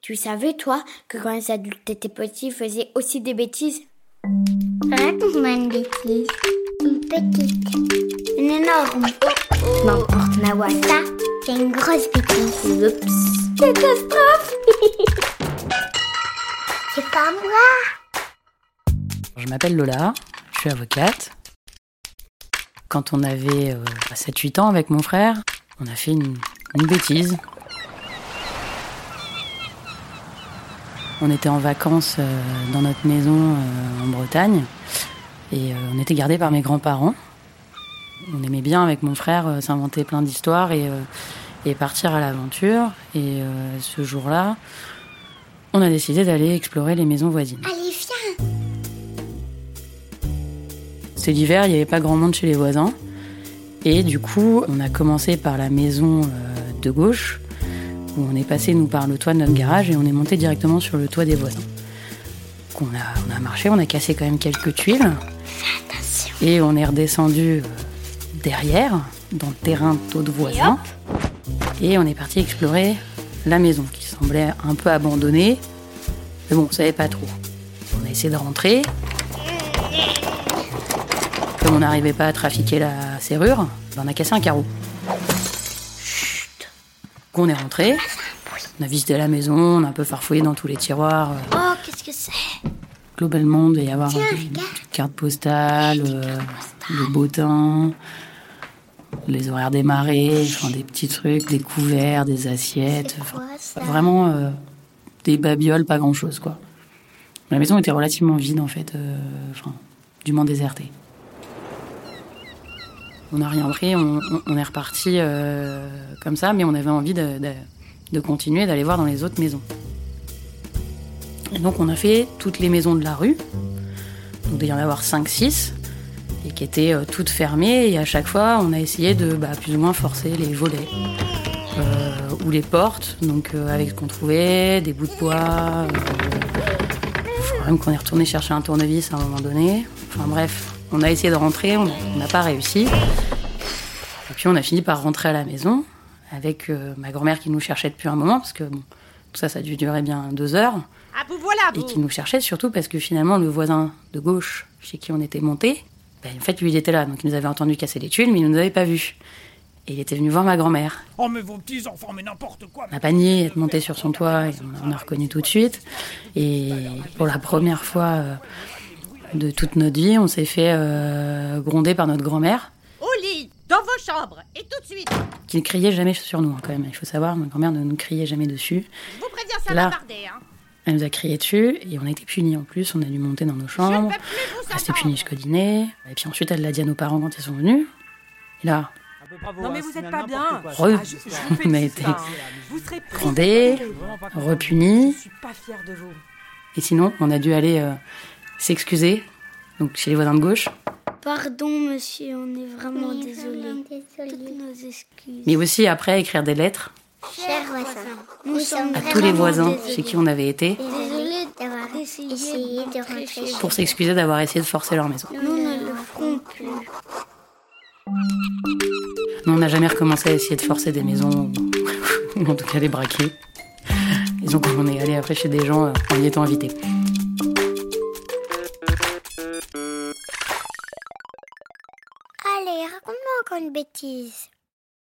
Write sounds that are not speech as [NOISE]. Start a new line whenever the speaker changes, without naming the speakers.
Tu savais, toi, que quand les adultes étaient petits, ils faisaient aussi des bêtises
Raconte-moi une bêtise.
Une petite.
Une énorme.
N'importe, Nawal.
Ça, c'est une grosse bêtise.
Oups.
Catastrophe [LAUGHS] C'est pas moi
Je m'appelle Lola, je suis avocate. Quand on avait euh, 7-8 ans avec mon frère, on a fait une, une bêtise. On était en vacances euh, dans notre maison euh, en Bretagne et euh, on était gardés par mes grands-parents. On aimait bien avec mon frère euh, s'inventer plein d'histoires et, euh, et partir à l'aventure. Et euh, ce jour-là, on a décidé d'aller explorer les maisons voisines.
Allez, viens
C'était l'hiver, il n'y avait pas grand monde chez les voisins. Et du coup, on a commencé par la maison euh, de gauche, où on est passé, nous, par le toit de notre garage et on est monté directement sur le toit des voisins. Donc, On a, on a marché, on a cassé quand même quelques tuiles.
Attention
Et on est redescendu euh, derrière, dans le terrain d'autres voisins. Et on est parti explorer la maison, qui semblait un peu abandonnée. Mais bon, on savait pas trop. On a essayé de rentrer. Comme on n'arrivait pas à trafiquer la serrure, ben, on a cassé un carreau. Qu'on est rentré, on a visité la maison, on a un peu farfouillé dans tous les tiroirs. euh,
Oh, qu'est-ce que c'est
Globalement, il doit y avoir
Tiens,
des
regarde.
petites cartes postales, euh, le beau temps, les horaires des marées, enfin, des petits trucs, des couverts, des assiettes.
C'est quoi,
enfin,
ça
vraiment euh, des babioles, pas grand-chose, quoi. La maison était relativement vide, en fait, euh, enfin, dûment désertée. On n'a rien pris, on, on- on est reparti euh, comme ça, mais on avait envie de- de- de continuer, d'aller voir dans les autres maisons. Et donc on a fait toutes les maisons de la rue. Donc il y en avoir 5-6 et qui étaient euh, toutes fermées et à chaque fois on a essayé de bah, plus ou moins forcer les volets euh, ou les portes donc euh, avec ce qu'on trouvait, des bouts de bois. euh, je crois même qu'on est retourné chercher un tournevis à un moment donné. Enfin bref, on a essayé de rentrer, on on n'a pas réussi. Et puis on a fini par rentrer à la maison avec euh, ma grand-mère qui nous cherchait depuis un moment parce que bon, tout ça ça a dû durer bien deux heures
Ah, vous voilà,
et
vous
qui nous cherchait surtout parce que finalement le voisin de gauche chez qui on était monté, ben, en fait lui il était là, donc il nous avait entendu casser les tuiles mais il ne nous avait pas vus. Et il était venu voir ma grand-mère.
Oh, mais vos petits enfants, mais n'importe quoi
On a panier, être monté sur son toit, et on on a reconnu tout de suite. Et pour la première fois euh, de toute notre vie, on s'est fait euh, gronder par notre grand-mère,
Au lit, dans vos chambres, et tout de suite
qui ne criait jamais sur nous hein, quand même. Il faut savoir, ma grand-mère ne nous criait jamais dessus.
Je vous préviens, ça
Là.
va barder, hein
Elle nous a crié dessus et on a été punis en plus. On a dû monter dans nos
Je ne
chambres.
peux plus vous
Elle s'est
entendre.
punie jusqu'au dîner. Et puis ensuite, elle l'a dit à nos parents quand ils sont venus. Et là,
Non mais vous êtes pas bien.
re,
Ah, je, je
[LAUGHS]
vous fais
on a
le
été
ça, hein. Vous serez pris.
grondés,
Je
repunis.
suis pas fière de vous.
Et sinon, on a dû aller euh, s'excuser, donc chez les voisins de gauche,
Pardon, monsieur, on est vraiment désolé. Toutes
désolée.
nos excuses.
mais aussi après écrire des lettres
Chers voisins, nous,
sommes
sommes
à
Vraiment
tous les voisins
désolé.
chez qui on avait été
désolés d'avoir
Essayez
essayé de rentrer
chez
chez
vous.
pour s'excuser d'avoir essayé de forcer leur maison.
Nous ne le ferons plus.
Nous, on n'a jamais recommencé à essayer de forcer des maisons, ou [LAUGHS] en tout cas les braquer. Et donc, on est allé après chez des gens euh, en y étant invités.
Allez, raconte-moi encore une bêtise.